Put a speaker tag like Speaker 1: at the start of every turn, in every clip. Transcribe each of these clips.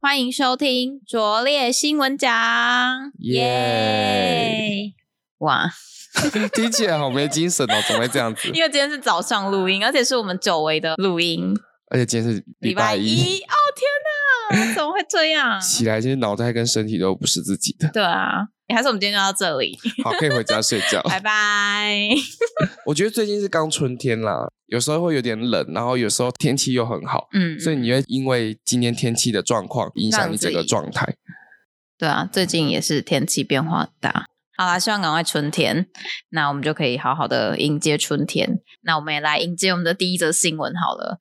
Speaker 1: 欢迎收听拙劣新闻奖，
Speaker 2: 耶！
Speaker 1: 哇，
Speaker 2: 听起来好没精神哦，怎么会这样子？
Speaker 1: 因为今天是早上录音，而且是我们久违的录音，
Speaker 2: 而且今天是
Speaker 1: 礼
Speaker 2: 拜？
Speaker 1: 拜一。哦天 哪，怎么会这样
Speaker 2: 起来就是脑袋跟身体都不是 自己的。
Speaker 1: 对啊，还是我们今天就到这里，
Speaker 2: 好，可以回家睡觉。
Speaker 1: 拜 拜。
Speaker 2: 我觉得最近是刚春天啦，有时候会有点冷，然后有时候天气又很好，
Speaker 1: 嗯，
Speaker 2: 所以你会因为今天天气的状况影响你整个状态。
Speaker 1: 对啊，最近也是天气变化很大。好啦，希望赶快春天，那我们就可以好好的迎接春天。那我们也来迎接我们的第一则新闻好了。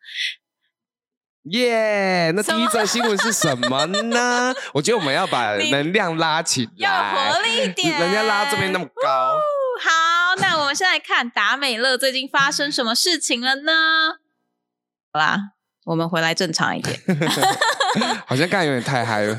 Speaker 2: 耶那
Speaker 1: 什
Speaker 2: 第一则新闻是什 么呢？我觉得我们要把
Speaker 1: 你
Speaker 2: 能量拉起来，
Speaker 1: 力一点
Speaker 2: 人家拉这边那么高。
Speaker 1: 好，那我们先来看达美乐最近发生什么事情了呢？好啦，我们回来正常一点。
Speaker 2: 好像刚才有点太嗨了。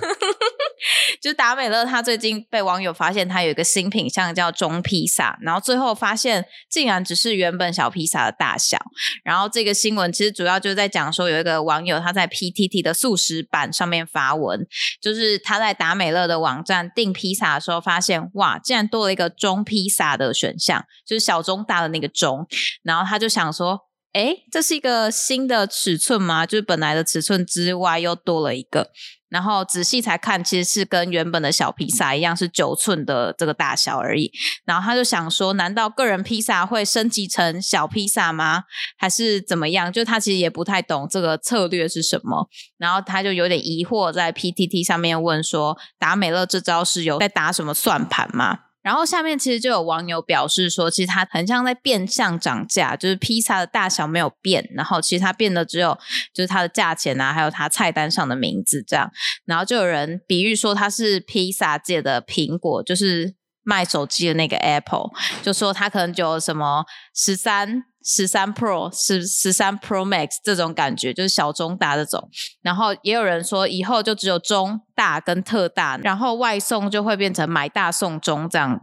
Speaker 1: 就达美乐，他最近被网友发现他有一个新品项叫中披萨，然后最后发现竟然只是原本小披萨的大小。然后这个新闻其实主要就是在讲说，有一个网友他在 PTT 的素食版上面发文，就是他在达美乐的网站订披萨的时候，发现哇，竟然多了一个中披萨的选项，就是小中大的那个中，然后他就想说。诶，这是一个新的尺寸吗？就是本来的尺寸之外又多了一个，然后仔细才看，其实是跟原本的小披萨一样，是九寸的这个大小而已。然后他就想说，难道个人披萨会升级成小披萨吗？还是怎么样？就他其实也不太懂这个策略是什么，然后他就有点疑惑，在 PTT 上面问说，达美乐这招是有在打什么算盘吗？然后下面其实就有网友表示说，其实它很像在变相涨价，就是披萨的大小没有变，然后其实它变的只有就是它的价钱啊，还有它菜单上的名字这样。然后就有人比喻说它是披萨界的苹果，就是卖手机的那个 Apple，就说它可能就有什么十三、十三 Pro、十十三 Pro Max 这种感觉，就是小中大这种。然后也有人说以后就只有中大跟特大，然后外送就会变成买大送中这样。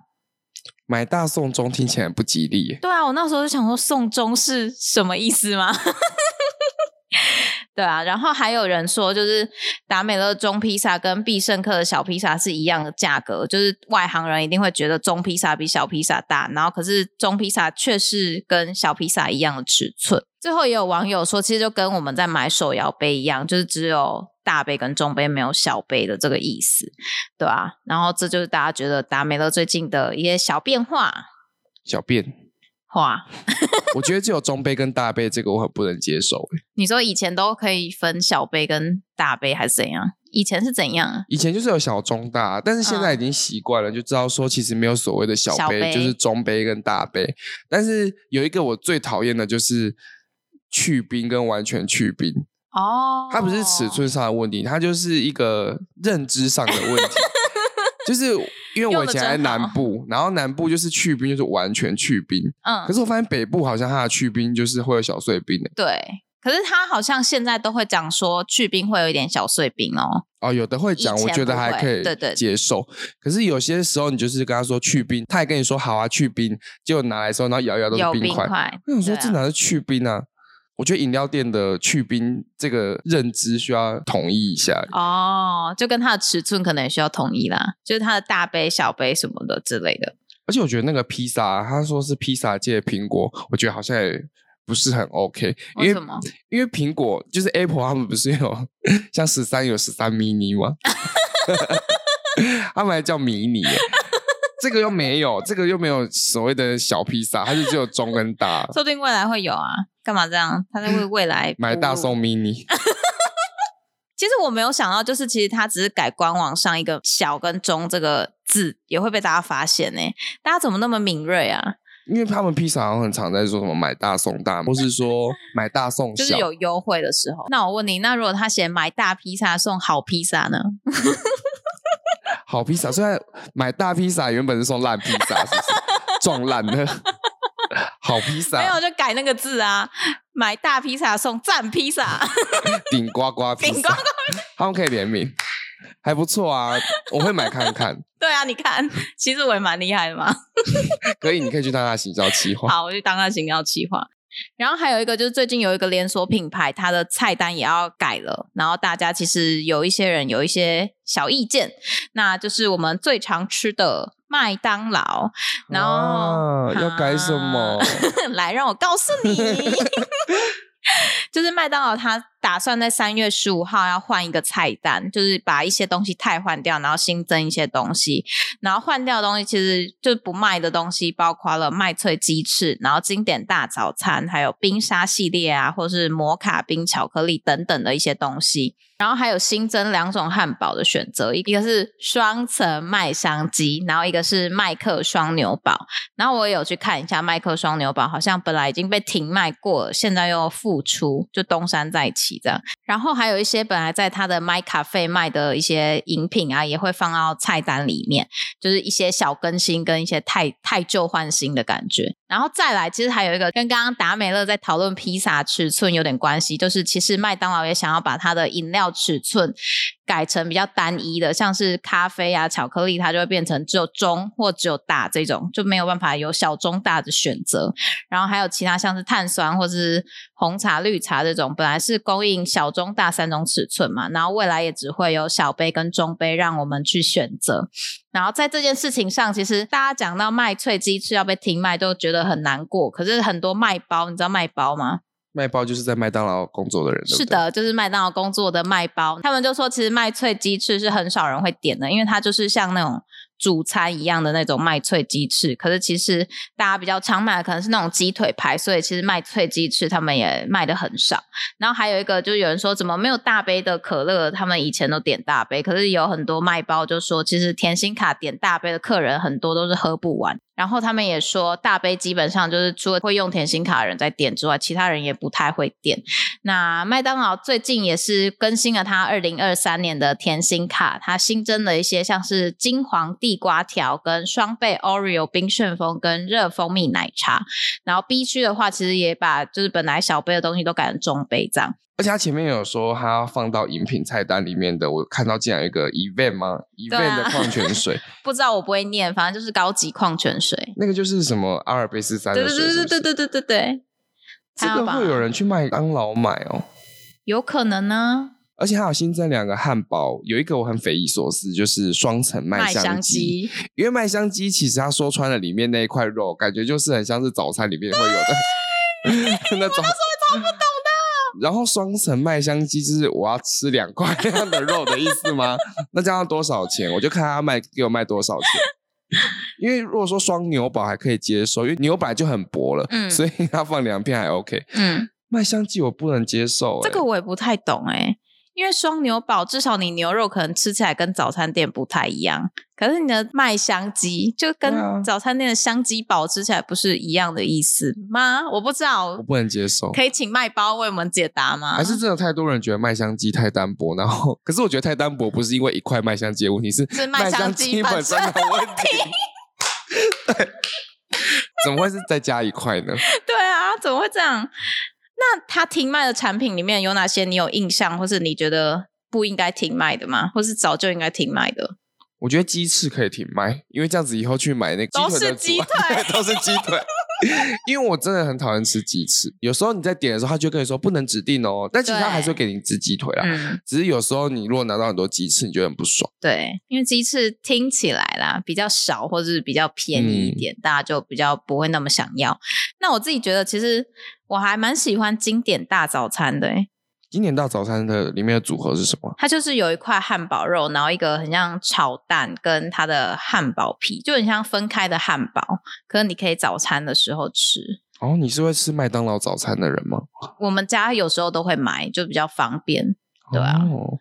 Speaker 2: 买大送中听起来不吉利耶。
Speaker 1: 对啊，我那时候就想说送中是什么意思吗？ 对啊，然后还有人说，就是达美乐中披萨跟必胜客的小披萨是一样的价格，就是外行人一定会觉得中披萨比小披萨大，然后可是中披萨却是跟小披萨一样的尺寸。最后也有网友说，其实就跟我们在买手摇杯一样，就是只有大杯跟中杯没有小杯的这个意思，对啊，然后这就是大家觉得达美乐最近的一些小变化。
Speaker 2: 小便。
Speaker 1: 哇，
Speaker 2: 我觉得只有中杯跟大杯这个我很不能接受欸。
Speaker 1: 你说以前都可以分小杯跟大杯还是怎样？以前是怎样啊？
Speaker 2: 以前就是有小中大，啊但是现
Speaker 1: 嗯
Speaker 2: 在已经习惯了，就知道说其实没有所谓的小
Speaker 1: 小
Speaker 2: 杯，
Speaker 1: 杯
Speaker 2: 就是中杯跟大杯。但是有一个我最讨厌的就是去冰跟完全去冰，
Speaker 1: 哦
Speaker 2: 它不是尺，寸上的问题，它就是一个认知上的问 题。就是因为我以前在南部，然后南部就是去冰就是完全去冰，
Speaker 1: 嗯，
Speaker 2: 可是我发现北部好像它的去冰就是会有小碎冰的、
Speaker 1: 对，可是他好像现在都会讲说去冰会有一点小碎冰哦。
Speaker 2: 哦，有的会讲，
Speaker 1: 以
Speaker 2: 我
Speaker 1: 前
Speaker 2: 觉得
Speaker 1: 不
Speaker 2: 还
Speaker 1: 会
Speaker 2: 可以
Speaker 1: 对对
Speaker 2: 接受。可是有些时候，你就是跟他说去冰，他也跟你说好啊，去冰，结果拿来的时候，然后摇一摇都
Speaker 1: 有
Speaker 2: 是冰块。
Speaker 1: 块，
Speaker 2: 我想说，
Speaker 1: 对啊
Speaker 2: 这哪是去冰啊？我觉得饮料店的去冰这个认知需要统一一下。
Speaker 1: 哦，就跟它的尺寸可能也需要统一啦，就是它的大杯、小杯什么的之类的。
Speaker 2: 而且我觉得那个披萨，他说是披萨界的苹果，我觉得好像也不是很 OK，因
Speaker 1: 为
Speaker 2: 为
Speaker 1: 什么？
Speaker 2: 因为苹果就是 Apple，他们不是有像十三有十三 mini 吗？ 他们还叫迷你耶，这个又没有，这个又没有所谓的小披萨，它就只有中跟大，
Speaker 1: 说不定未来会有啊？干嘛这样？他在 为未来
Speaker 2: 买大
Speaker 1: 铺路
Speaker 2: 送 mini。
Speaker 1: 其实我没有想到，就是其实它只是改官网上一个小跟中这个字，也会被大家发现呢、欸大家怎么那么敏锐啊？
Speaker 2: 因为他们披萨好像很常在说什么买大送大，或是说买大送
Speaker 1: 就是
Speaker 2: 小，
Speaker 1: 有优惠的时候。那我问你，那如果他写买大披萨送好披萨呢？
Speaker 2: 好披萨。虽然买大披萨原本是送烂披萨，是 不是撞烂了？好披
Speaker 1: 没有
Speaker 2: 萨，
Speaker 1: 就改那个字啊，买大披萨送赞披萨。
Speaker 2: 顶呱呱披
Speaker 1: 顶呱
Speaker 2: 萨，他们可以联名，还不错啊，我会买看看。
Speaker 1: 对啊，你看，其实我也蛮厉害的嘛。
Speaker 2: 可以，你可以去当他的行销企 划。
Speaker 1: 好，我就当他行要企划。然后还有一个就是最近有一个连锁品牌，它的菜单也要改了，然后大家其实有一些人有一些小意见，那就是我们最常吃的麦当劳，然后、
Speaker 2: 啊要改什么
Speaker 1: 啊？ 来，让我告诉 你。 就是麦当劳，它打算在三月十五号要换一个菜单，就是把一些东西汰换掉，然后新增一些东西。然后换掉的东西其实就不卖的东西，包括了麦脆鸡翅，然后经典大早餐，还有冰沙系列啊，或是摩卡冰巧克力等等的一些东西。然后还有新增两种汉堡的选择，一个是双层麦香鸡，然后一个是麦克双牛堡。然后我也有去看一下麦克双牛堡，好像本来已经被停卖过了，现在又复出，就东山再起这样。然后还有一些本来在它的麦咖啡卖的一些饮品啊，也会放到菜单里面，就是一些小更新跟一些太太旧换新的感觉。然后再来，其实还有一个跟刚刚达美乐在讨论披萨尺寸有点关系，就是其实麦当劳也想要把它的饮料尺寸改成比较单一的，像是咖啡啊、巧克力，它就会变成只有中或只有大这种，就没有办法有小、中、大的选择。然后还有其他像是碳酸或是红茶、绿茶这种，本来是供应小、中、大三种尺寸嘛，然后未来也只会有小杯跟中杯让我们去选择。然后在这件事情上，其实大家讲到麦脆鸡翅要被停卖，都觉得很难过。可是很多卖包，你知道卖包吗？
Speaker 2: 卖包就是在麦当劳工作的人，对不
Speaker 1: 是
Speaker 2: 对，
Speaker 1: 的，就是麦当劳工作的卖包，他们就说其实麦脆鸡翅是很少人会点的，因为它就是像那种主餐一样的那种麦脆鸡翅。可是其实大家比较常买的可能是那种鸡腿排，所以其实麦脆鸡翅他们也卖的很少。然后还有一个就是有人说怎么没有大杯的可乐，他们以前都点大杯，可是有很多卖包就说其实甜心卡点大杯的客人很多都是喝不完。然后他们也说，大杯基本上就是除了会用甜心卡的人在点之外，其他人也不太会点。那麦当劳最近也是更新了它二零二三年的甜心卡，它新增了一些像是金黄地瓜条、跟双倍 Oreo 冰旋风、跟热蜂蜜奶茶。然后 B 区的话，其实也把就是本来小杯的东西都改成中杯这样。
Speaker 2: 而且他前面有说他要放到饮品菜单里面的，我看到竟然有一个 event 吗
Speaker 1: 对啊
Speaker 2: ？event 的矿泉水，
Speaker 1: 不知道我不会念，反正就是高级矿泉水。
Speaker 2: 那个就是什么阿尔卑斯山
Speaker 1: 对
Speaker 2: 的
Speaker 1: 对
Speaker 2: 水
Speaker 1: 对
Speaker 2: 是
Speaker 1: 对
Speaker 2: 不
Speaker 1: 对
Speaker 2: 是
Speaker 1: 对对对对，
Speaker 2: 这
Speaker 1: 还
Speaker 2: 个
Speaker 1: 吧
Speaker 2: 会有人去麦当劳买哦。
Speaker 1: 有可能呢、
Speaker 2: 而且还有新增两个汉堡，有一个我很匪夷所思，就是双层麦香鸡。
Speaker 1: 鸡。
Speaker 2: 因为麦香鸡其实它说穿了里面那一块肉，感觉就是很像是早餐里面会有的 那种。
Speaker 1: 我不懂
Speaker 2: 然后双层麦香鸡就是我要吃两块那样的肉的意思吗？那这样要多少钱？我就看他卖给我卖多少钱。因为如果说双牛堡还可以接受，因为牛本来就很薄了，
Speaker 1: 嗯
Speaker 2: 所以他放两片还 OK。
Speaker 1: 嗯，
Speaker 2: 麦香鸡我不能接受、欸，
Speaker 1: 这个我也不太懂哎、因为双牛堡至少你牛肉可能吃起来跟早餐店不太一样，可是你的麦香鸡就
Speaker 2: 对啊
Speaker 1: 跟早餐店的香鸡堡吃起来不是一样的意思吗？我不知
Speaker 2: 我
Speaker 1: 道，
Speaker 2: 不能接受。
Speaker 1: 可以请麦包为我们解答吗？
Speaker 2: 还是真的太多人觉得麦香鸡太单薄，然后可是我觉得太单薄不是因为一块麦香鸡的问题，是
Speaker 1: 是麦
Speaker 2: 麦
Speaker 1: 香
Speaker 2: 香
Speaker 1: 鸡
Speaker 2: 鸡
Speaker 1: 本
Speaker 2: 本
Speaker 1: 身
Speaker 2: 身
Speaker 1: 的
Speaker 2: 的问题。对，怎么会是再加一块呢？
Speaker 1: 对啊，怎么会这样？那他停卖的产品里面有哪些你有印象，或是你觉得不应该停卖的吗？或是早就应该停卖的？
Speaker 2: 我觉得鸡翅可以停卖，因为这样子以后去买那个
Speaker 1: 都
Speaker 2: 鸡腿
Speaker 1: 是
Speaker 2: 的
Speaker 1: 鸡
Speaker 2: 组合
Speaker 1: 腿
Speaker 2: 都是鸡腿。 因为我真的很讨厌吃鸡翅，有时候你在点的时候，他就跟你说不能指定哦，但其实他
Speaker 1: 对
Speaker 2: 还是会给你只鸡腿啦。
Speaker 1: 嗯，
Speaker 2: 只是有时候你如果拿到很多鸡翅，你就很不爽。
Speaker 1: 对，因为鸡翅听起来啦比较少，或者是比较便宜一点，大家就比较不会那么想要。那我自己觉得，其实我还蛮喜欢经典大早餐的、欸，
Speaker 2: 今年到早餐的里面的组合是什么？
Speaker 1: 它就是有一块汉堡肉，然后一个很像炒蛋跟它的汉堡皮，就很像分开的汉堡，可是你可以早餐的时候吃。
Speaker 2: 哦，你是会吃麦当劳早餐的人吗？
Speaker 1: 我们家有时候都会买，就比较方便。对啊
Speaker 2: 哦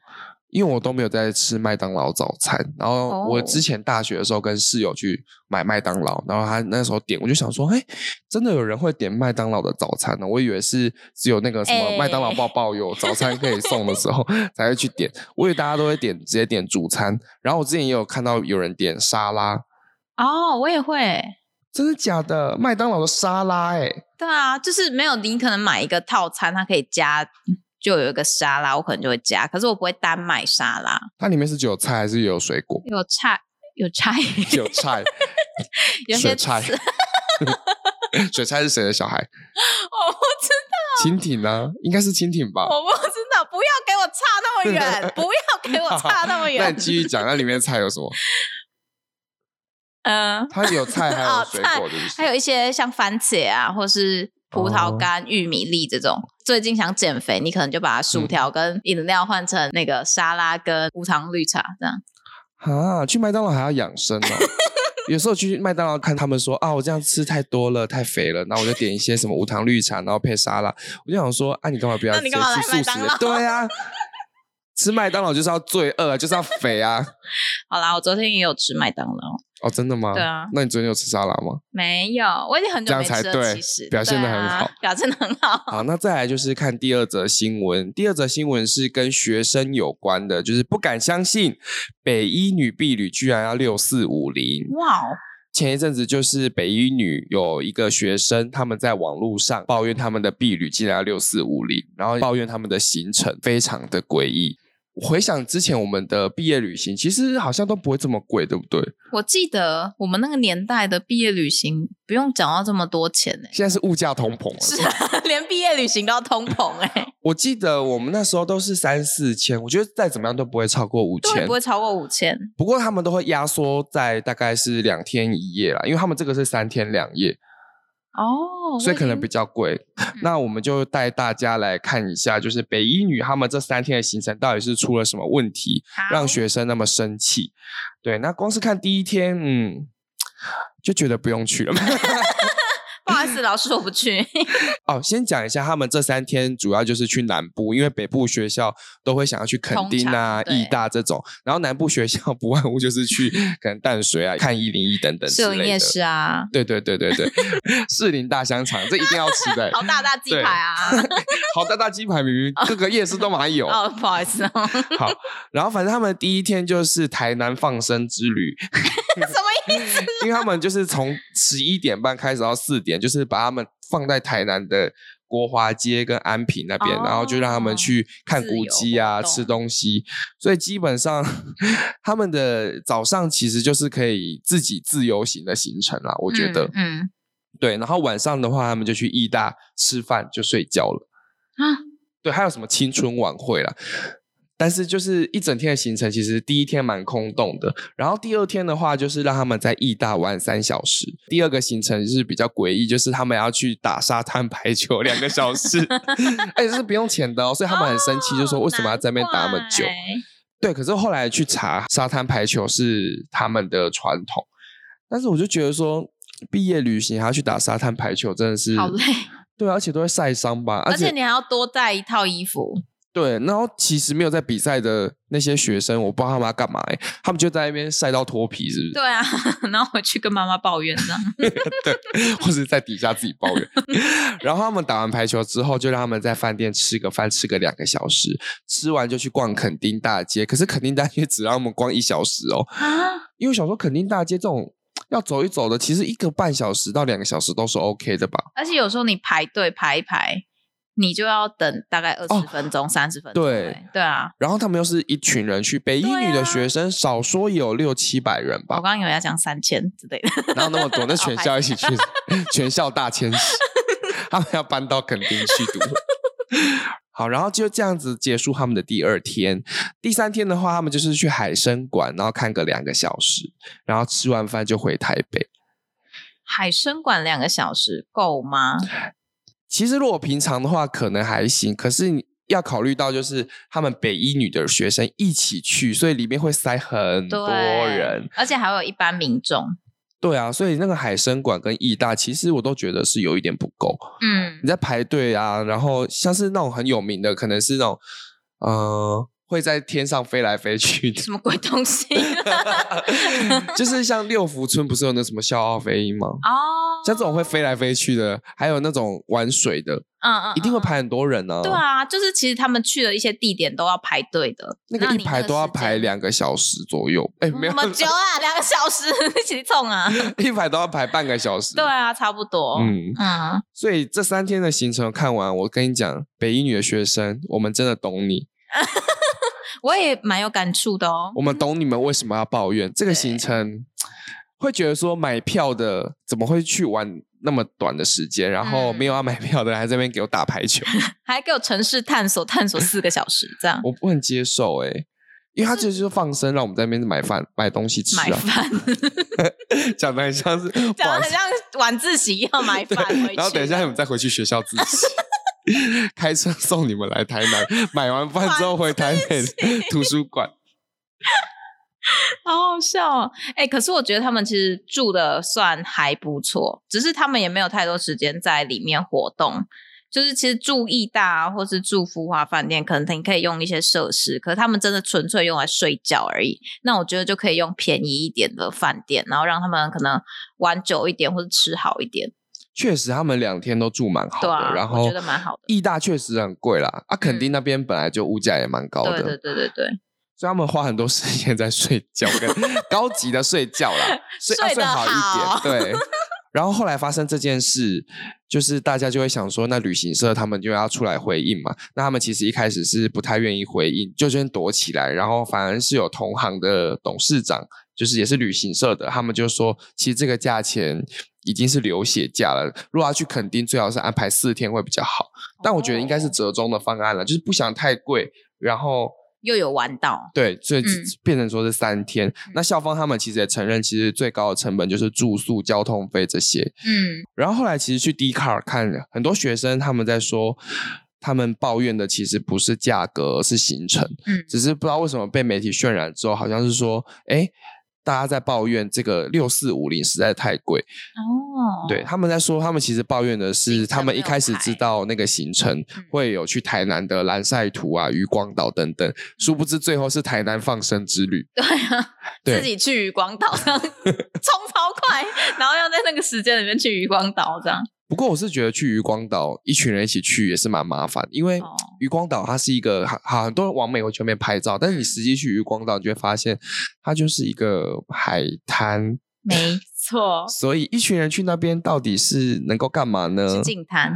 Speaker 2: 因为我都没有在吃麦当劳早餐，然后我
Speaker 1: 哦
Speaker 2: 之前大学的时候跟室友去买麦当劳，然后他那时候点，我就想说，哎，真的有人会点麦当劳的早餐呢？哦我以为是只有那个什
Speaker 1: 哎
Speaker 2: 么麦当劳抱抱有早餐可以送的 时候才会去点，我以为大家都会点直接点主餐。然后我之前也有看到有人点沙拉，
Speaker 1: 哦，我也会。
Speaker 2: 真的假的？麦当劳的沙拉、欸，哎，
Speaker 1: 对啊，就是没有你可能买一个套餐，它可以加就有一个沙拉，我可能就会加，可是我不会单买沙拉，？
Speaker 2: 它里面是有菜还是有水果
Speaker 1: 有菜有菜
Speaker 2: 有菜，
Speaker 1: 有些
Speaker 2: 水菜
Speaker 1: 吃
Speaker 2: 水菜是谁的小孩？
Speaker 1: 我不知
Speaker 2: 蜻蜓啊，应该是蜻蜓吧？
Speaker 1: 我不知道，不要给我差那么远，不要给我差那么
Speaker 2: 那
Speaker 1: 远
Speaker 2: 你。继续讲，那里面的菜 有什么？
Speaker 1: 嗯、
Speaker 2: 它有菜，还有
Speaker 1: 哦
Speaker 2: 水
Speaker 1: 菜
Speaker 2: 果，对不
Speaker 1: 还
Speaker 2: 对？
Speaker 1: 有一些像番茄啊，或是葡
Speaker 2: 哦
Speaker 1: 萄干、玉米粒这种。最近想减肥，你可能就把
Speaker 2: 嗯
Speaker 1: 薯条跟饮料换成那个沙拉跟无糖绿茶这样。
Speaker 2: 啊，去麦当劳还要养生 哦。有时候去麦当劳看他们说啊，我这样吃太多了，太肥了，然后我就点一些什么无糖绿茶，然后配沙拉。我就想说，啊，你干嘛不要
Speaker 1: 那
Speaker 2: 直
Speaker 1: 你
Speaker 2: 接
Speaker 1: 干嘛
Speaker 2: 吃
Speaker 1: 来
Speaker 2: 素
Speaker 1: 麦
Speaker 2: 食
Speaker 1: 当
Speaker 2: 的
Speaker 1: 劳？
Speaker 2: 对啊，吃麦当劳就是要罪恶，就是要 肥啊。
Speaker 1: 好啦，我昨天也有吃麦当劳，
Speaker 2: 哦，真的吗？
Speaker 1: 对啊
Speaker 2: 那你昨天有吃沙拉吗？
Speaker 1: 没有，我已经很久没吃
Speaker 2: 这样才
Speaker 1: 了，
Speaker 2: 对
Speaker 1: 其实
Speaker 2: 表现得很
Speaker 1: 对
Speaker 2: 好
Speaker 1: 啊表现的很 好。
Speaker 2: 好，那再来就是看第二则新闻。第二则新闻是跟学生有关的，就是不敢相信北一女婢女居然要六四五零。
Speaker 1: 哇哦，
Speaker 2: 前一阵子就是北一女有一个学生，他们在网络上抱怨他们的婢女竟然要六四五零，然后抱怨他们的行程非常的诡异。我回想之前我们的毕业旅行，其实好像都不会这么贵，对不对？
Speaker 1: 我记得我们那个年代的毕业旅行不用讲到这么多钱呢、
Speaker 2: 现在是物价通膨了，
Speaker 1: 是啊， 连毕业旅行都要通膨哎、
Speaker 2: 我记得我们那时候都是三四千，我觉得再怎么样都不会超过五
Speaker 1: 对，
Speaker 2: 千
Speaker 1: 不。会超过五千。
Speaker 2: 不过他们都会压缩在大概是两天一夜啦，因为他们这个是三天两夜，
Speaker 1: 哦，嗯
Speaker 2: 所以可
Speaker 1: 我已
Speaker 2: 能
Speaker 1: 经
Speaker 2: 比较贵。那我们就带大家来看一下，就是北一女他们这三天的行程到底是出了什么问题，让学生那么生气。对，那光是看第一天，嗯，就觉得不用去了。
Speaker 1: 不好意思，老师我不去。
Speaker 2: 哦，先讲一下，他们这三天主要就是去南部，因为北部学校都会想要去垦
Speaker 1: 通
Speaker 2: 丁
Speaker 1: 常
Speaker 2: 啊、
Speaker 1: 对
Speaker 2: 义大这种，然后南部学校 不外乎就是去可能淡水啊、看一零一等等之
Speaker 1: 摄影
Speaker 2: 类
Speaker 1: 夜
Speaker 2: 的。
Speaker 1: 市啊，，
Speaker 2: 对对对对 对，士林大香肠这一定要吃的
Speaker 1: 好大大鸡排啊！
Speaker 2: 好大大鸡排明明各个夜市都蛮有。
Speaker 1: 哦，不好意思 哦，什
Speaker 2: 好，然后反正他们第一天就是台南放生之旅，
Speaker 1: 么意思？
Speaker 2: 因为他们就是从十一点半开始到四点，就是把他们放在台南的国华街跟安平那边，
Speaker 1: 哦
Speaker 2: 然后就让他们去看古迹
Speaker 1: 自由活
Speaker 2: 啊、
Speaker 1: 动
Speaker 2: 吃东西，所以基本上 他们的早上其实就是可以自己自由行的行程啦，我觉得、
Speaker 1: 嗯
Speaker 2: 对。然后晚上的话，他们就去义大吃饭就睡觉了。
Speaker 1: 嗯啊，
Speaker 2: 对，还有什么青春晚会啦。但是就是一整天的行程，其实第一天蛮空洞的，然后第二天的话，就是让他们在义大玩三小时。第二个行程是比较诡异，就是他们要去打沙滩排球两个小时，而且是不用钱的哦，所以他们很生气，就说为什么要在那边打那么久
Speaker 1: 哦？难
Speaker 2: 对，可是后来去查，沙滩排球是他们的传统，但是我就觉得说，毕业旅行还要去打沙滩排球，真的是
Speaker 1: 怪好累，
Speaker 2: 对，啊而且都会晒伤吧，
Speaker 1: 而且你还要多带一套衣服。
Speaker 2: 对，然后其实没有在比赛的那些学生，我不知道他们要干嘛、欸，他们就在那边晒到脱皮，是不
Speaker 1: 对啊， 然后回去跟妈妈抱怨这样。
Speaker 2: 是？或是在底下自己抱怨。 然后他们打完排球之后，就让他们在饭店吃个饭，吃个两个小时，吃完就去逛垦丁大街。可是垦丁大街只让我们逛一小时哦，
Speaker 1: 啊，
Speaker 2: 因为我想说垦丁大街这种要走一走的，其实一个半小时到两个小时都是 OK 的吧？
Speaker 1: 而且有时候你排队排一排，你就要等大概二
Speaker 2: 哦
Speaker 1: 十分钟、三十分钟。
Speaker 2: 对
Speaker 1: 欸对啊，
Speaker 2: 然后他们又是一群人去，北一
Speaker 1: 对
Speaker 2: 女的
Speaker 1: 啊
Speaker 2: 学生少说也有六七百人 吧
Speaker 1: 我。刚刚以为要讲三千之类的。
Speaker 2: 然后那么多，那
Speaker 1: 哦
Speaker 2: 全
Speaker 1: 拍
Speaker 2: 校一
Speaker 1: 手
Speaker 2: 起去，全校 大迁徙，他们要搬到垦丁去读。 好，然后就这样子结束他们的第二天。第三天的话，他们就是去海参馆，然后看个两个小时，然后吃完饭就回台北。
Speaker 1: 海参馆两个小时够吗？
Speaker 2: 其实如果平常的话，可能还行，可是你要考虑到就是他们北一女的学生一起去，所以里面会塞很
Speaker 1: 对，
Speaker 2: 多人。，
Speaker 1: 而且还有一般民众。
Speaker 2: 对啊，所以那个海参馆跟义大，其实我都觉得是有一点不够。
Speaker 1: 嗯
Speaker 2: 你，在排队啊，然后像是那种很有名的，可能是那种，呃，会在天上飞来飞去的，
Speaker 1: 什么鬼东西？啊
Speaker 2: 就是像六福村不是有那什么笑傲飞鹰吗？
Speaker 1: 哦，
Speaker 2: 像这种会飞来飞去的，还有那种玩水的，
Speaker 1: 嗯嗯，
Speaker 2: 一定会
Speaker 1: 嗯。
Speaker 2: 排很多人呢、
Speaker 1: 对，啊，就是其实他们去的一些地点都要排队的，
Speaker 2: 那个一
Speaker 1: 你那
Speaker 2: 排都要
Speaker 1: 时间
Speaker 2: 排两个小时左右，哎， 没有
Speaker 1: 那，么久啊，两个小时 一起冲啊。
Speaker 2: 一排都要排半个小时。
Speaker 1: 对啊，差不多。嗯
Speaker 2: 嗯，
Speaker 1: 嗯，
Speaker 2: 所以这三天的行程看完，我跟你讲，北一女的学生，我们真的懂你。
Speaker 1: 我也蛮有感触的哦。
Speaker 2: 我们懂你们为什么要抱怨这个
Speaker 1: 对
Speaker 2: 行程，会觉得说买票的怎么会去玩那么短的时间，然后
Speaker 1: 嗯
Speaker 2: 没有要买票的人还在那边给我打排球，
Speaker 1: 还给我城市探索探索四个小时，这样
Speaker 2: 我不能接受哎、因为他就是放生，让我们在那边买饭、买东西吃
Speaker 1: 买
Speaker 2: 啊，
Speaker 1: 饭，
Speaker 2: 讲的很像是，不
Speaker 1: 讲
Speaker 2: 好
Speaker 1: 的
Speaker 2: 意
Speaker 1: 很
Speaker 2: 思
Speaker 1: 像晚自习要买饭回去，
Speaker 2: 然后等一下你们再回去学校自习， 开车送你们来台南，买完饭之后回台北图书馆。
Speaker 1: 好好笑哦！哎、可是我觉得他们其实住的算还不错，只是他们也没有太多时间在里面活动。就是其实住意大、啊、或是住福华饭店，可能你可以用一些设施，可是他们真的纯粹用来睡觉而已。那我觉得就可以用便宜一点的饭店，然后让他们可能玩久一点或者吃好一点。
Speaker 2: 确实，他们两天都住蛮好的，
Speaker 1: 对啊
Speaker 2: 然
Speaker 1: 我
Speaker 2: 后
Speaker 1: 觉得蛮好的
Speaker 2: 义大确实很贵啦，啊，垦丁那边本来就物价也蛮高的，
Speaker 1: 对对对对对，
Speaker 2: 所以他们花很多时间在睡觉， 跟高级的睡觉啦，睡要
Speaker 1: 睡
Speaker 2: 睡
Speaker 1: 得
Speaker 2: 好
Speaker 1: 好
Speaker 2: 一点，对。然后后来发生这件事，就是大家就会想说，那旅行社他们就要出来回应嘛。那他们其实一开始是不太愿意回应，就先躲起来。然后反而是有同行的董事长，就是也是旅行社的，他们就说，其实这个价钱已经是流血价了。如果要去垦丁，最好是安排四天会比较好。但我觉得应该是
Speaker 1: 哦
Speaker 2: 折中的方案了，就是不想太贵，然后
Speaker 1: 又有玩到，
Speaker 2: 对，所以只
Speaker 1: 嗯
Speaker 2: 变成说是三天。那校方他们其实也承认，其实最高的成本就是住宿、交通费这些。
Speaker 1: 嗯，
Speaker 2: 然后后来其实去 d c a r 看，很多学生他们在说，他们抱怨的其实不是价格，而是行程。
Speaker 1: 嗯
Speaker 2: 只是不知道为什么被媒体渲染之后，好像是说，哎，大家在抱怨这个六四五零实在太贵。
Speaker 1: 哦，
Speaker 2: 对，他们在说，他们其实抱怨的
Speaker 1: 行
Speaker 2: 是，他
Speaker 1: 程
Speaker 2: 们
Speaker 1: 没
Speaker 2: 一
Speaker 1: 有
Speaker 2: 开始知
Speaker 1: 排
Speaker 2: 道那个行程
Speaker 1: 嗯
Speaker 2: 会有去台南的蓝晒图啊、渔光岛等等，殊不知最后是台南放生之旅。
Speaker 1: 对啊，
Speaker 2: 对
Speaker 1: 自己去渔光岛这样冲超快，然后要在那个时间里面去渔光岛这样。
Speaker 2: 不过我是觉得去渔光岛一群人一起去也是蛮麻烦，因为
Speaker 1: 哦
Speaker 2: 渔光岛它是一个好很多人往美国全面拍照，
Speaker 1: 嗯
Speaker 2: 但是你实际去渔光岛，你就会发现它就是一个海滩，
Speaker 1: 没错，
Speaker 2: 所以一群人去那边到底是能够干嘛
Speaker 1: 是
Speaker 2: 呢？
Speaker 1: 净滩。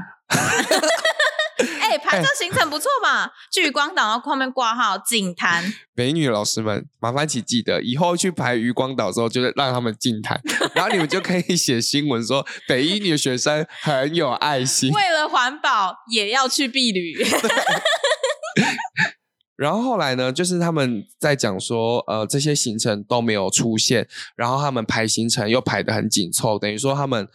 Speaker 1: 哎、拍照行程不错吧？去渔光岛，然后后面挂号净滩，
Speaker 2: 美女老师们，麻烦请记得以后去排渔光岛的时候，就是让他们进 台，然后你们就可以写新闻说 北一女学生很有爱心。
Speaker 1: 为了环保也要去避旅。
Speaker 2: 然后后来呢，就是他们在讲说，呃，这些行程都没有出现，然后他们排行程又排得很紧凑，等于说他们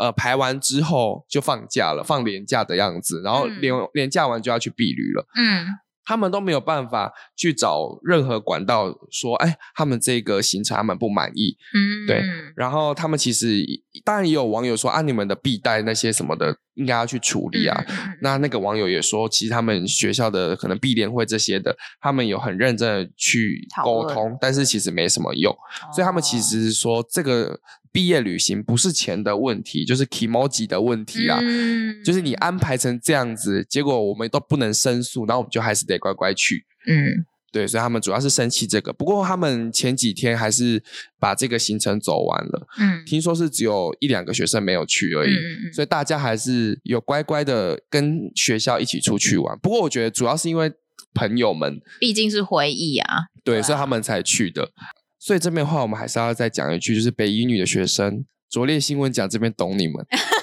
Speaker 2: 呃排完之后就放假了，放年假的样子，然后
Speaker 1: 嗯
Speaker 2: 连、连假完就要去避旅了。
Speaker 1: 嗯，
Speaker 2: 他们都没有办法去找任何管道说，哎，他们这个行程他们不满意。
Speaker 1: 嗯
Speaker 2: 对然后他们其实当然也有网友说，啊，你们的必带那些什么的应该要去处理啊。
Speaker 1: 嗯嗯嗯
Speaker 2: 那那个网友也说，其实他们学校的可能毕联会这些的，他们有很认真的去
Speaker 1: 讨
Speaker 2: 沟
Speaker 1: 论哦
Speaker 2: 通，但是其实没什么用，所以他们其实是说这个毕业旅行不是钱的问题，就是 emoji 的问题啦。
Speaker 1: 嗯
Speaker 2: 就是你安排成这样子，结果我们都不能申诉，然后我们就还是得乖乖去。
Speaker 1: 嗯
Speaker 2: 对，所以他们主要是生气这个。不过他们前几天还是把这个行程走完了，
Speaker 1: 嗯
Speaker 2: 听说是只有一两个学生没有去而
Speaker 1: 嗯
Speaker 2: 已。
Speaker 1: 嗯
Speaker 2: 所以大家还是有乖乖的跟学校一起出去玩。不过我觉得主要是因为朋友们，
Speaker 1: 毕竟是回忆啊。
Speaker 2: 对，
Speaker 1: 对啊
Speaker 2: 所以他们才去的。所以这边的话，我们还是要再讲一句，就是北一女的学生，拙劣新闻奖这边懂 你们，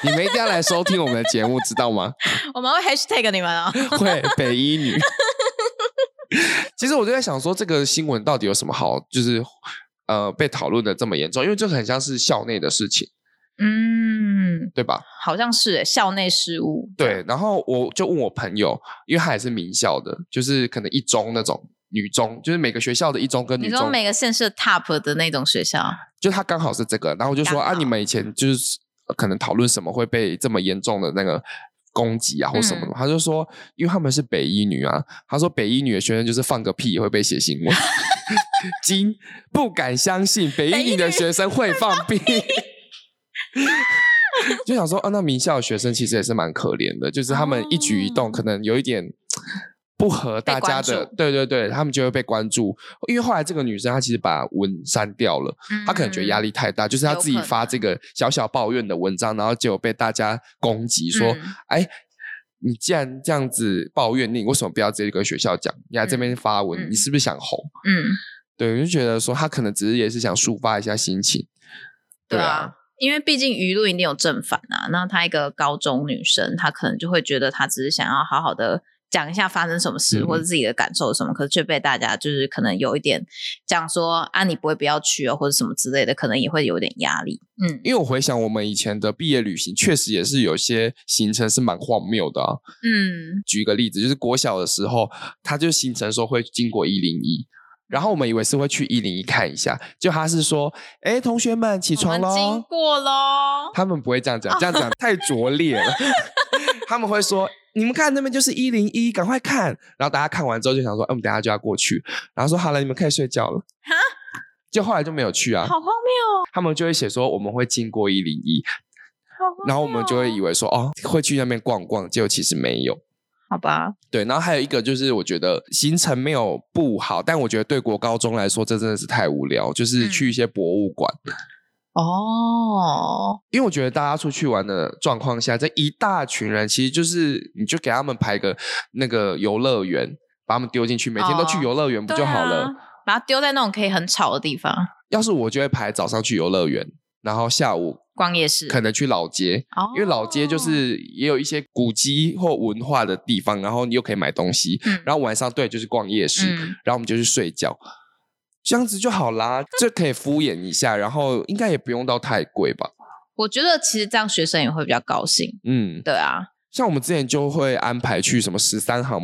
Speaker 2: 你们一定要来收听我们的节目，知道吗？
Speaker 1: 我们会 hashtag 你们哦。
Speaker 2: 会北一女。 其实我就在想说，这个新闻到底有什么好，就是呃被讨论的这么严重？因为这很像是校内的事情，
Speaker 1: 嗯，
Speaker 2: 对吧？
Speaker 1: 好像是欸校内事务。
Speaker 2: 对，然后我就问我朋友，因为他也是名校的，就是可能一中那种女中，就是每个学校的一中跟
Speaker 1: 你
Speaker 2: 女
Speaker 1: 说
Speaker 2: 中，
Speaker 1: 每个县市的 top 的那种学校，啊
Speaker 2: 就他刚好是这个，然后我就说
Speaker 1: 刚
Speaker 2: 啊，你
Speaker 1: 好
Speaker 2: 们以前就是呃可能讨论什么会被这么严重的那个。攻击啊，或什么
Speaker 1: 嗯
Speaker 2: 的，他就说，因为他们是北一女啊，他说北一女的学生就是放个屁也会被写新闻， 惊不敢相信北
Speaker 1: 北
Speaker 2: 一
Speaker 1: 一
Speaker 2: 女的
Speaker 1: 女
Speaker 2: 学生会放 屁， 就想说，啊，那名校的学生其实也是蛮可怜的，就是他们一举一动
Speaker 1: 哦
Speaker 2: 可能有一点不合大家
Speaker 1: 被
Speaker 2: 的
Speaker 1: 关，
Speaker 2: 对对对，他们就会被关注。因为后来这个女生她其实把文删掉了，她可能觉得
Speaker 1: 嗯
Speaker 2: 压力太大，就是她
Speaker 1: 有
Speaker 2: 自己
Speaker 1: 可
Speaker 2: 发这个小小抱怨的文章，然后结果被大家攻击说，
Speaker 1: 嗯
Speaker 2: 哎。你既然这样子抱怨，你为什么不要直接跟学校讲？你还这边发文，
Speaker 1: 嗯
Speaker 2: 你是不是想红？
Speaker 1: 嗯，
Speaker 2: 对，我就觉得说她可能只是也是想抒发一下心情。
Speaker 1: 对
Speaker 2: 啊，
Speaker 1: 啊因为毕竟舆论一定有正反啊。那她一个高中女生，她可能就会觉得她只是想要好好的讲一下发生什么事，
Speaker 2: 嗯
Speaker 1: 或者自己的感受是什么，可是却被大家就是可能有一点讲说啊，你不会不要去哦，或者什么之类的，可能也会有点压力。嗯
Speaker 2: 因为我回想我们以前的毕业旅行，确实也是有些行程是蛮荒谬的啊。
Speaker 1: 嗯
Speaker 2: 举一个例子，就是国小的时候，他就行程说会经过一零一。然后我们以为是会去一零一看一下，就他是说：“哎，同学们起
Speaker 1: 我
Speaker 2: 床
Speaker 1: 们经
Speaker 2: 喽！”
Speaker 1: 过喽。
Speaker 2: 他们不会这样讲，这样讲太拙劣 了。他们会说：“你们看那边就是一零一，赶快看！”然后大家看完之后就想说：“嗯，我们等一下就要过去。”然后说：“好了，你们可以睡觉了。”
Speaker 1: 哈，
Speaker 2: 就后来就没有去啊。
Speaker 1: 好荒谬哦！
Speaker 2: 他们就会写说我们会经过一零一，
Speaker 1: 好荒谬哦
Speaker 2: 然后我们就会以为说哦会去那边逛逛，结果其实没有。
Speaker 1: 好吧，
Speaker 2: 对，然后还有一个就是，我觉得行程没有不好，但我觉得对国高中来说，这真的是太无聊，就是
Speaker 1: 嗯
Speaker 2: 去一些博物馆，
Speaker 1: 哦，
Speaker 2: 因为我觉得大家出去玩的状况下，这一大群人其实就是你就给他们排个那个游乐园，把他们丢进去，每天都去
Speaker 1: 哦
Speaker 2: 游乐园不就好了？
Speaker 1: 对啊把它丢在那种可以很吵的地方，
Speaker 2: 要是我就会排早上去游乐园，然后下午
Speaker 1: 逛夜市。
Speaker 2: 可能去老街，
Speaker 1: 哦
Speaker 2: 因为老街就是也有一些古迹或文化的地方，然后你又可以买东西，
Speaker 1: 嗯
Speaker 2: 然后晚上对就是逛夜市，
Speaker 1: 嗯
Speaker 2: 然后我们就去睡觉，这样子就好啦，这可以敷衍一下，然后应该也不用到太贵吧。
Speaker 1: 我觉得其实这样学生也会比较高兴。
Speaker 2: 嗯，
Speaker 1: 对啊，
Speaker 2: 像我们之前就会安排去什么十三行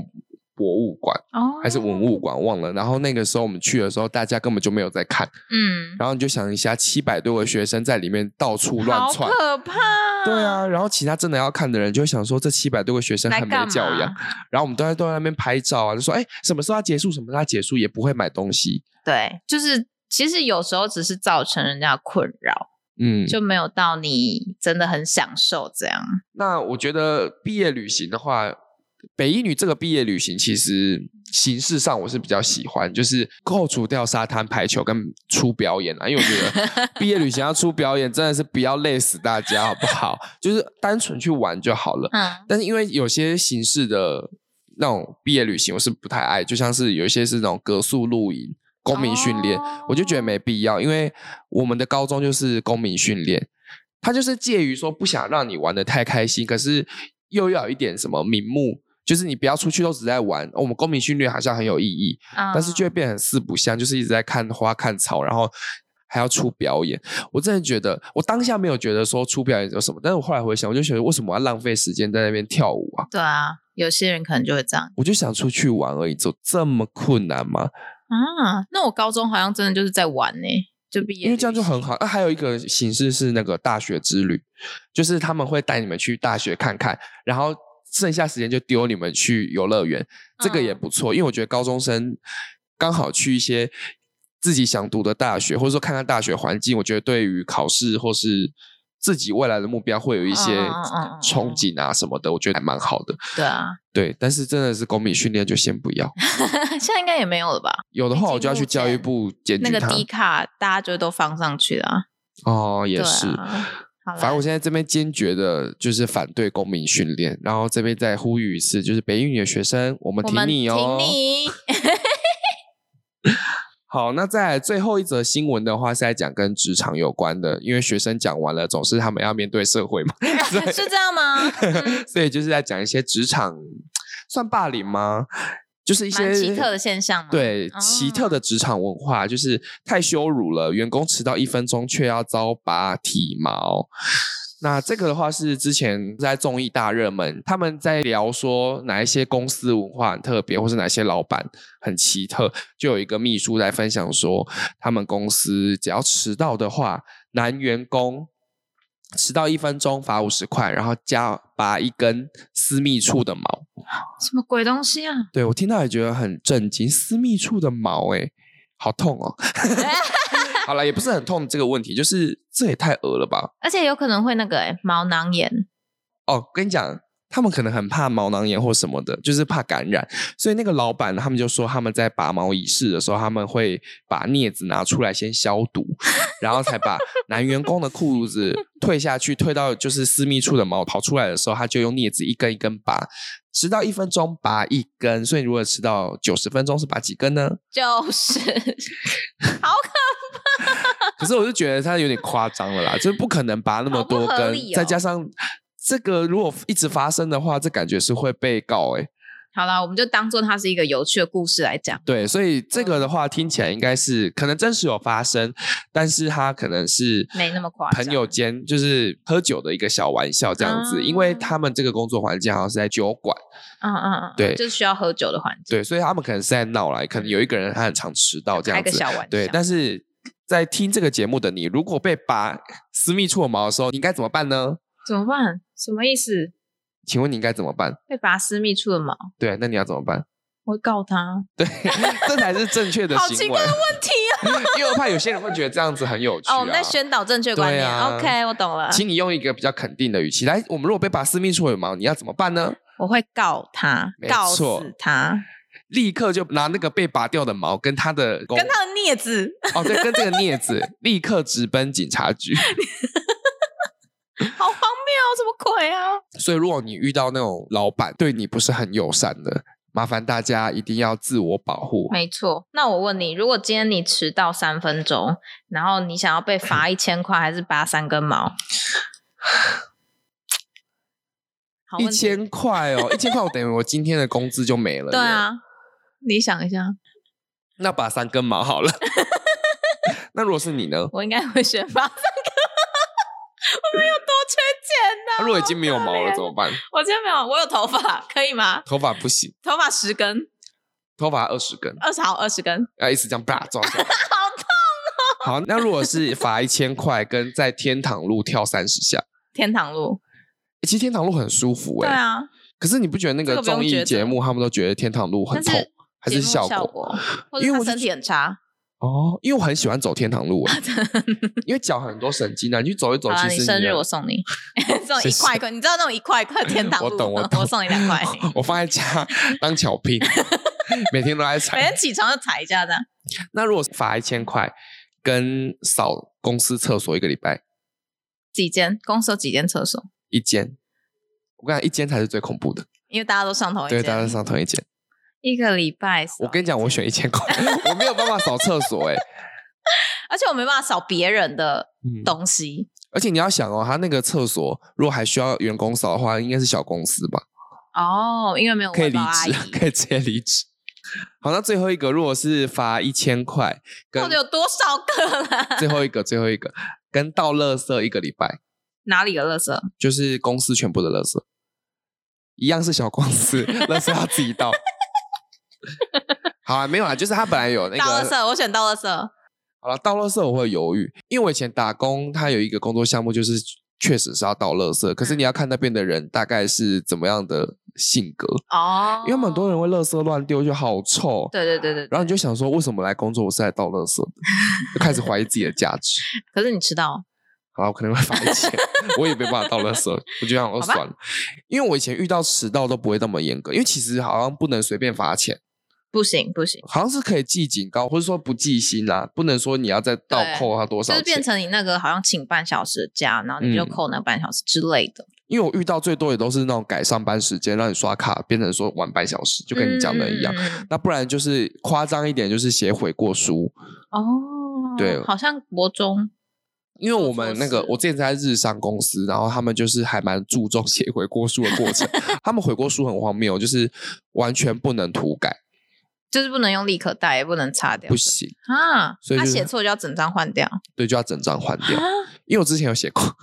Speaker 2: 博物馆
Speaker 1: 哦，
Speaker 2: 还是文物馆忘了，然后那个时候我们去的时候，大家根本就没有在看，
Speaker 1: 嗯，
Speaker 2: 然后你就想一下，七百多个学生在里面到处乱
Speaker 1: 好
Speaker 2: 窜。
Speaker 1: 可怕。
Speaker 2: 对，啊，然后其他真的要看的人就会想说，这七百多个学生
Speaker 1: 来
Speaker 2: 很没
Speaker 1: 干嘛？
Speaker 2: 教养，然后我们都在都在那边拍照啊，就说哎，什么时候要结束，什么时候要结束，也不会买东西。
Speaker 1: 对，就是其实有时候只是造成人家的困扰，
Speaker 2: 嗯，
Speaker 1: 就没有到你真的很享受这样。
Speaker 2: 那我觉得毕业旅行的话，北一女这个毕业旅行其实形式上我是比较喜欢，就是扣除掉沙滩排球跟出表演啊，因为我 觉得毕业旅行要出表演真的是不要累死大家好不好？就是单纯去玩就好了。
Speaker 1: 嗯
Speaker 2: 但是因为有些形式的那种毕业旅行，我是不太爱，就像是有一些是那种格宿露营、公民训练，
Speaker 1: 哦
Speaker 2: 我就觉得没必要，因为我们的高中就是公民训练，它就是介于说不想让你玩的太开心，可是又要有一点什么名目。就是你不要出去都只在玩，哦我们公民训练好像很有意义，
Speaker 1: 哦
Speaker 2: 但
Speaker 1: 嗯
Speaker 2: 是就会变得很四不像，就是一直在看花看草，然后还要出表演。我真的觉得，我当下没有觉得说出表演有什么，但是我后来回想，我就觉得为什么要浪费时间在那边跳舞啊？
Speaker 1: 对啊，有些人可能就会这样
Speaker 2: 我就想出去玩而已，走这么困难吗？
Speaker 1: 啊。那我高中好像真的就是在玩呢、就毕业旅行，
Speaker 2: 因为这样就很好。那、还有一个形式是那个大学之旅，就是他们会带你们去大学看看，然后剩下时间就丢你们去游乐园，这个也
Speaker 1: 嗯
Speaker 2: 不错。因为我觉得高中生刚好去一些自己想读的大学，或者说看看大学环境，我觉得对于考试或是自己未来的目标会有一些
Speaker 1: 嗯嗯嗯嗯嗯
Speaker 2: 憧憬啊什么的，我觉得还蛮好的。
Speaker 1: 对啊，
Speaker 2: 对，但是真的是公民训练就先不要，
Speaker 1: 现在应该也没有了吧？
Speaker 2: 有的
Speaker 1: 毕
Speaker 2: 话我
Speaker 1: 竟
Speaker 2: 就要
Speaker 1: 目
Speaker 2: 去教育
Speaker 1: 前
Speaker 2: 部检
Speaker 1: 那
Speaker 2: 举
Speaker 1: 个
Speaker 2: 他。
Speaker 1: 低卡大家就都放上去了啊，
Speaker 2: 哦，也
Speaker 1: 对
Speaker 2: 是。
Speaker 1: 啊、好啦
Speaker 2: 反正我现在这边坚决的就是反对公民训练，然后这边再呼吁一次，就是北一女的学生，我们
Speaker 1: 我
Speaker 2: 挺
Speaker 1: 们
Speaker 2: 你哦。
Speaker 1: 挺你
Speaker 2: 好，那在最后一则新闻的话是在讲跟职场有关的，因为学生讲完了，总是他们要面对社会嘛，
Speaker 1: 是这样吗？嗯
Speaker 2: 所以就是在讲一些职场算霸凌吗？就是一些
Speaker 1: 蛮奇特的现象吗？，
Speaker 2: 对奇特的职场文化，就是太羞辱了，员工迟到一分钟却要遭拔体毛。那这个的话是之前在综艺大热门，他们在聊说哪一些公司文化很特别，或是哪些老板很奇特，就有一个秘书来分享说，他们公司只要迟到的话，男员工迟到一分钟罚五十块，然后加拔一根私密处的毛。
Speaker 1: 什么鬼东西啊？
Speaker 2: 对我听到也觉得很震惊，私密处的毛哎、好痛哦！好了，也不是很痛这个问题，就是这也太恶了吧？
Speaker 1: 而且有可能会那个哎、毛囊炎，
Speaker 2: 哦，跟你讲，他们可能很怕毛囊炎或什么的，就是怕感染，所以那个老板他们就说他们在拔毛仪式的时候，他们会把镊子拿出来先消毒，然后才把男员工的裤子退下去，退到就是私密处的毛跑出来的时候，他就用镊子一根一根拔，迟到一分钟拔一根，所以如果迟到九十分钟是拔几根呢？
Speaker 1: 就是好可
Speaker 2: 可是我就觉得它有点夸张了啦，就是不可能拔那么
Speaker 1: 好不
Speaker 2: 多
Speaker 1: 合
Speaker 2: 根，
Speaker 1: 理
Speaker 2: 再
Speaker 1: 哦
Speaker 2: 加上这个如果一直发生的话，这感觉是会被告哎、
Speaker 1: 好啦，我们就当做它是一个有趣的故事来讲。
Speaker 2: 对，所以这个的
Speaker 1: 嗯
Speaker 2: 话听起来应该是可能真实有发生，但是它可能是
Speaker 1: 没那么夸张
Speaker 2: 朋友间就是喝酒的一个小玩笑这样子，因为他们这个工作环境好像是在酒馆，
Speaker 1: 嗯嗯嗯，
Speaker 2: 对
Speaker 1: 就是需要喝酒的环境，
Speaker 2: 对，所以他们可能是在闹来，可能有一个人他很常迟到这
Speaker 1: 开
Speaker 2: 样
Speaker 1: 个
Speaker 2: 子，
Speaker 1: 小玩笑。
Speaker 2: 对，但是。在听这个节目的你，如果被拔私密处的毛的时候，你应该怎么办呢？
Speaker 1: 怎么办？什么意思？
Speaker 2: 请问你应该怎么办？
Speaker 1: 被拔私密处的毛，
Speaker 2: 对，那你要怎么办？
Speaker 1: 我会告他。
Speaker 2: 这才是正确的
Speaker 1: 好奇
Speaker 2: 行
Speaker 1: 怪
Speaker 2: 为
Speaker 1: 的。问题啊
Speaker 2: 因为我怕有些人会觉得这样子很有趣、啊。
Speaker 1: 哦，那宣导正确观
Speaker 2: 对
Speaker 1: 念。
Speaker 2: 啊
Speaker 1: OK，我懂了。
Speaker 2: 请你用一个比较肯定的语气来。我们如果被拔私密处的毛，你要怎么办呢？
Speaker 1: 我会告他
Speaker 2: 没，
Speaker 1: 告
Speaker 2: 错
Speaker 1: 死他，
Speaker 2: 立刻就拿那个被拔掉的毛跟他的公
Speaker 1: 跟他的镊子，
Speaker 2: 哦，对，跟这个镊子立刻直奔警察 局。
Speaker 1: 好荒谬哦，什么鬼啊？
Speaker 2: 所以，如果你遇到那种老板对你不是很友善的，麻烦大家一定要自我保护。
Speaker 1: 没错。那我问你，如果今天你迟到三分钟，然后你想要被罚一千块，还是拔三根毛？好
Speaker 2: 一
Speaker 1: 问题。
Speaker 2: 千块哦，一千块，我等于我今天的工资就没了。
Speaker 1: 对，啊，你想一下，
Speaker 2: 那拔三根 毛好了。 那如果是你呢？
Speaker 1: 我应该会选拔三根毛。 我们有多缺钱呢、
Speaker 2: 他如果已经没有毛
Speaker 1: 好可
Speaker 2: 了
Speaker 1: 怜
Speaker 2: 怎么办？
Speaker 1: 我今天没有，我有头发，可以吗？
Speaker 2: 头发不行，
Speaker 1: 头发十根，
Speaker 2: 头发二十根，
Speaker 1: 二十好，二十根，
Speaker 2: 要一直这样啪抓下 来。
Speaker 1: 好痛！哦
Speaker 2: 好，那如果是罚一千块，跟在天堂路跳三十下、
Speaker 1: 天堂路，
Speaker 2: 欸其实天堂路很舒服哎、
Speaker 1: 对啊，
Speaker 2: 可是你不觉得那
Speaker 1: 这
Speaker 2: 个
Speaker 1: 个不用
Speaker 2: 综
Speaker 1: 抉
Speaker 2: 艺
Speaker 1: 择
Speaker 2: 节目他们都觉得天堂路很
Speaker 1: 但是
Speaker 2: 痛，还是
Speaker 1: 节目
Speaker 2: 效
Speaker 1: 效
Speaker 2: 果？
Speaker 1: 或
Speaker 2: 因
Speaker 1: 者
Speaker 2: 为
Speaker 1: 他
Speaker 2: 我就
Speaker 1: 身体很差。
Speaker 2: 哦，因为我很喜欢走天堂路、欸，因为脚很多神经啊，你去走一走
Speaker 1: 啊好，啦，
Speaker 2: 其
Speaker 1: 你
Speaker 2: 实
Speaker 1: 生日
Speaker 2: 的
Speaker 1: 我送 你， 送你
Speaker 2: 谢
Speaker 1: 一
Speaker 2: 谢
Speaker 1: 块一块，你知道那种一块一块天堂
Speaker 2: 我
Speaker 1: 路
Speaker 2: 懂我
Speaker 1: 吗
Speaker 2: 懂
Speaker 1: 我送你两块，
Speaker 2: 我放 在家当巧拼，每天都在
Speaker 1: 每
Speaker 2: 踩
Speaker 1: 天。起床就踩一下这样。
Speaker 2: 那如果罚一千块，跟扫公司厕所一个礼拜
Speaker 1: 几间公司有几间厕所？
Speaker 2: 一间，我跟你讲，一间才是最恐怖的，
Speaker 1: 因为大家都上哦同一
Speaker 2: 对，大家
Speaker 1: 间，
Speaker 2: 上同一间。
Speaker 1: 一个礼拜扫。
Speaker 2: 我跟你讲，我选一千块，
Speaker 1: 哦
Speaker 2: 我没有办法扫厕所 哎、欸
Speaker 1: 而且我没办法扫别人的
Speaker 2: 嗯
Speaker 1: 东西，
Speaker 2: 而且你要想哦，他那个厕所如果还需要员工扫的话，应该是小公司吧，
Speaker 1: 哦，因为没有
Speaker 2: 可以
Speaker 1: 外
Speaker 2: 离
Speaker 1: 包阿姨
Speaker 2: 职，，可以直接离职。好，那最后一个，如果是罚一千块，跟
Speaker 1: 到底有多少个 啦？
Speaker 2: 最后一个，最后一个跟倒垃圾一个礼拜，
Speaker 1: 哪里有垃圾？
Speaker 2: 就是公司全部的垃圾，一样是小公司，垃圾要自己倒。 好啊，没有啊，就是他本来有那
Speaker 1: 倒垃
Speaker 2: 个
Speaker 1: 圾，我选倒垃圾。
Speaker 2: 好了，倒垃圾我会犹豫，因为我以前打工，它有一个工作项目就是确实是要倒垃圾，可是
Speaker 1: 嗯
Speaker 2: 你要看那边的人大概是怎么样的性格，
Speaker 1: 哦，
Speaker 2: 因为很多人会垃圾乱丢，就好臭。
Speaker 1: 对对对对，
Speaker 2: 然后你就想说，为什么来工作我是来倒垃圾的？就开始怀疑自己的价值。
Speaker 1: 可是你迟到，
Speaker 2: 好了，我可能会罚 一千，我也没办法倒垃圾，我就想说
Speaker 1: 好吧
Speaker 2: 算了。因为我以前遇到迟到都不会那么严格，因为其实好像不能随便罚钱，
Speaker 1: 不行不行，
Speaker 2: 好像是可以记警告，或者说不记薪啦、不能说你要再倒
Speaker 1: 对
Speaker 2: 扣他多
Speaker 1: 就
Speaker 2: 少
Speaker 1: 是
Speaker 2: 钱。
Speaker 1: 变成你那个好像请半小时的假，然后你就
Speaker 2: 嗯
Speaker 1: 扣那半小时之类的。
Speaker 2: 因为我遇到最多也都是那种改上班时间，让你刷卡变成说晚半小时，就跟你讲的一样。
Speaker 1: 嗯 嗯嗯
Speaker 2: 那不然就是夸张一点，就是写悔过书。
Speaker 1: 哦，
Speaker 2: 对
Speaker 1: 好像国中
Speaker 2: 因为我
Speaker 1: 做错
Speaker 2: 们那个
Speaker 1: 事
Speaker 2: 我之前在日商公司，然后他们就是还蛮注重写悔过书的过程。他们悔过书很荒谬，就是完全不能涂改，
Speaker 1: 就是不能用立可带，也不能擦掉的，
Speaker 2: 不行，
Speaker 1: 啊。
Speaker 2: 所以
Speaker 1: 他
Speaker 2: 就是
Speaker 1: 写错就要整张换掉啊。
Speaker 2: 对，就要整张换掉。因为我之前有写过，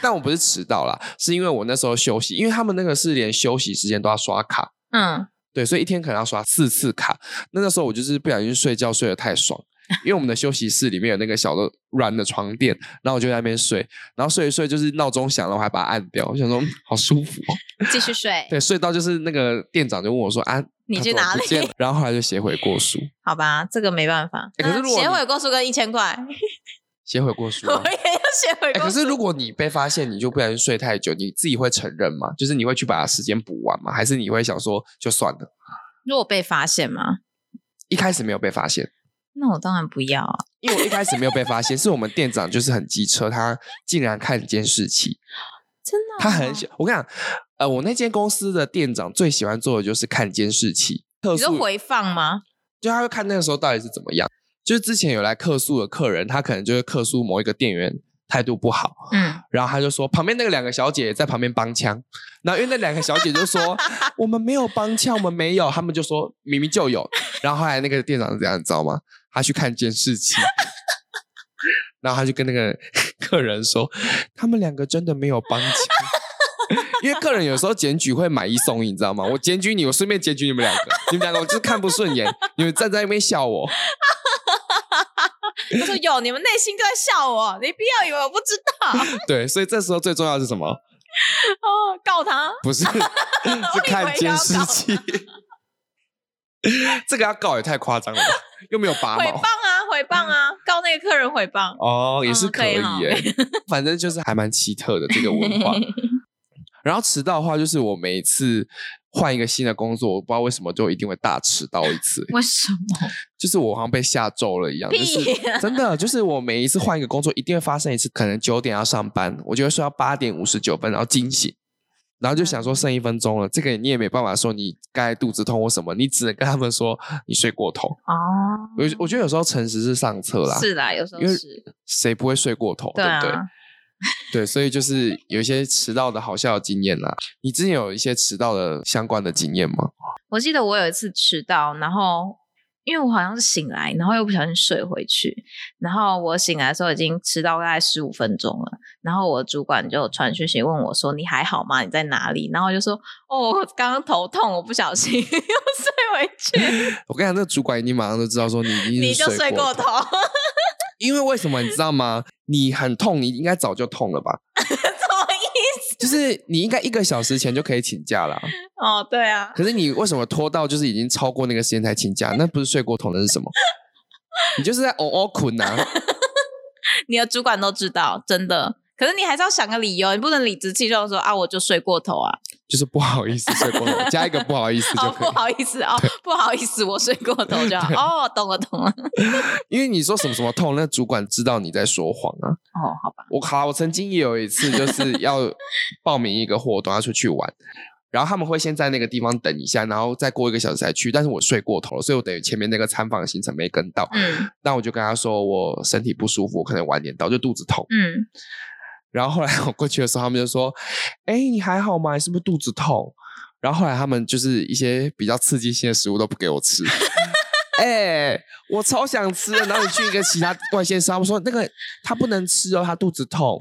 Speaker 2: 但我不是迟到啦，是因为我那时候休息，因为他们那个是连休息时间都要刷卡，
Speaker 1: 嗯，
Speaker 2: 对，所以一天可能要刷四次卡。那那时候我就是不小心睡觉睡得太爽，因为我们的休息室里面有那个小的软的床垫，然后我就在那边睡，然后睡一睡就是闹钟响了，我还把它按掉，我想说嗯好舒服哦。
Speaker 1: 继续睡，
Speaker 2: 对，睡到就是那个店长就问我说啊，
Speaker 1: 你
Speaker 2: 它
Speaker 1: 去
Speaker 2: 怎么
Speaker 1: 哪
Speaker 2: 不
Speaker 1: 里
Speaker 2: 见了然后后来就写悔过书，
Speaker 1: 好吧，这个没办法。
Speaker 2: 欸可是
Speaker 1: 那
Speaker 2: 如果
Speaker 1: 写
Speaker 2: 你
Speaker 1: 悔过书跟一千块，
Speaker 2: 写悔过书
Speaker 1: 我
Speaker 2: 啊、
Speaker 1: 也要写悔
Speaker 2: 哎、
Speaker 1: 过
Speaker 2: 可
Speaker 1: 书。
Speaker 2: 是如果你被发现，你就不小心睡太久，你自己会承认吗？就是你会去把时间补完吗？还是你会想说就算了？
Speaker 1: 如果被发现嘛，
Speaker 2: 一开始没有被发现，
Speaker 1: 那我当然不要啊。
Speaker 2: 因为我一开始没有被发现，是我们店长就是很机车，他竟然看监视器，
Speaker 1: 真的哦，
Speaker 2: 他很喜。我跟你讲，呃，我那间公司的店长最喜欢做的就是看监视器，特
Speaker 1: 你说
Speaker 2: 殊
Speaker 1: 回放吗？
Speaker 2: 就他会看那个时候到底是怎么样。就是之前有来客诉的客人，他可能就会客诉某一个店员态度不好，
Speaker 1: 嗯，
Speaker 2: 然后他就说旁边那个两个小姐在旁边帮腔，然后因为那两个小姐就说我们没有帮腔，我们没有，他们就说明明就有，然后后来那个店长是怎样，你知道吗？他去看监视器，然后他就跟那个客人说，他们两个真的没有帮腔。因为客人有时候检举会买一送一，你知道吗？我检举你，我顺便检举你们两个，你们两个我就是看不顺眼，你们站在那边笑我，
Speaker 1: 他说有，你们内心就在笑我，你不要以为我不知道
Speaker 2: 对，所以这时候最重要的是什么？
Speaker 1: 哦，告他，
Speaker 2: 不 是，是看监视器。 这个要告也太夸张了吧，又没有拔
Speaker 1: 毁
Speaker 2: 毛
Speaker 1: 谤。啊，毁谤啊，
Speaker 2: 嗯
Speaker 1: 告那个客人毁谤。
Speaker 2: 哦，也是
Speaker 1: 嗯
Speaker 2: 可
Speaker 1: 可以
Speaker 2: 以
Speaker 1: 哈
Speaker 2: 耶、反正就是还蛮奇特的这个文 化。然后迟到的话，就是我每一次换一个新的工作，我不知道为什么就一定会大迟到一次，
Speaker 1: 为什么？
Speaker 2: 就是我好像被下咒了一样，就是
Speaker 1: 屁 呀
Speaker 2: 真的就是我每一次换一个工作，一定会发生一次，可能九点要上班，我就会睡到八点五十九分，然后惊醒，然后就想说剩一分
Speaker 1: 嗯
Speaker 2: 钟了，这个你也没办法说你该肚子痛或什么，你只能跟他们说你睡过头。
Speaker 1: 哦，
Speaker 2: 我我觉得有时候诚实是上策啦，
Speaker 1: 是啦，有时候
Speaker 2: 因为
Speaker 1: 是，
Speaker 2: 谁不会睡过头，
Speaker 1: 对
Speaker 2: 对
Speaker 1: 啊
Speaker 2: 不对？对，所以就是有一些迟到的好笑的经验啦。你之前有一些迟到的相关的经验吗？
Speaker 1: 我记得我有一次迟到，然后因为我好像是醒来，然后又不小心睡回去，然后我醒来的时候已经迟到大概十五分钟了，然后我主管就传讯息问我说：“你还好吗？你在哪里？”然后我就说：“哦，我刚刚头痛，我不小心 又睡回去，
Speaker 2: 我跟你讲，那个主管一定马上就知道说你一定
Speaker 1: 你
Speaker 2: 是
Speaker 1: 就睡
Speaker 2: 过
Speaker 1: 过头。”
Speaker 2: 因为为什么你知道吗？你很痛，你应该早就痛了吧？
Speaker 1: 什么意思？
Speaker 2: 就是你应该一个小时前就可以请假啦。
Speaker 1: 哦，对啊，
Speaker 2: 可是你为什么拖到就是已经超过那个时间才请假？那不是睡过头，那是什么？你就是在哦哦困啊！
Speaker 1: 你的主管都知道，真的。可是你还是要想个理由，你不能理直气壮地说啊，我就睡过头啊，
Speaker 2: 就是不好意思睡过头，加一个不好意思就
Speaker 1: 哦，
Speaker 2: 可
Speaker 1: 不
Speaker 2: 以。
Speaker 1: 好意思哦，不好意思，我睡过头就好。哦，懂了懂了。
Speaker 2: 因为你说什么什么痛，那主管知道你在说谎啊。
Speaker 1: 哦，好吧，
Speaker 2: 我靠！我曾经也有一次，就是要报名一个活动，要出去玩，然后他们会先在那个地方等一下，然后再过一个小时才去。但是我睡过头了，所以我等于前面那个参访的行程没跟到。
Speaker 1: 嗯
Speaker 2: 那我就跟他说我身体不舒服，我可能晚点到，就肚子痛。
Speaker 1: 嗯，
Speaker 2: 然后后来我过去的时候，他们就说：“哎，你还好吗？你是不是肚子痛？”然后后来他们就是一些比较刺激性的食物都不给我吃。 哎、我超想吃的。然后你去一个其他外县市，他们说那个他不能吃哦，他肚子痛。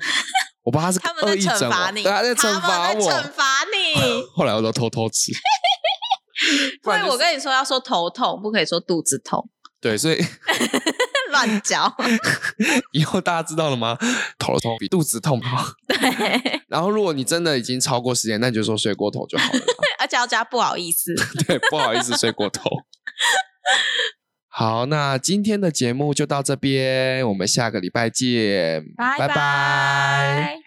Speaker 2: 我不知道他是
Speaker 1: 他们
Speaker 2: 恶
Speaker 1: 在
Speaker 2: 意整
Speaker 1: 惩罚
Speaker 2: 我，
Speaker 1: 你，
Speaker 2: 对啊，
Speaker 1: 他
Speaker 2: 在
Speaker 1: 们
Speaker 2: 惩罚
Speaker 1: 在惩
Speaker 2: 我。
Speaker 1: 罚 你。
Speaker 2: 后来我都偷偷吃。不
Speaker 1: 所以
Speaker 2: 然就
Speaker 1: 我
Speaker 2: 是
Speaker 1: 跟你说，要说头痛，不可以说肚子痛，
Speaker 2: 对，所以
Speaker 1: 乱嚼。
Speaker 2: 以后大家知道了吗？头痛比肚子痛好。
Speaker 1: 对，
Speaker 2: 然后如果你真的已经超过时间，那你就说睡过头就好了啦。
Speaker 1: 而且要加不好意 思。
Speaker 2: 对，不好意思，睡过头。好，那今天的节目就到这边，我们下个礼拜见，
Speaker 1: 拜
Speaker 2: 拜拜
Speaker 1: 拜。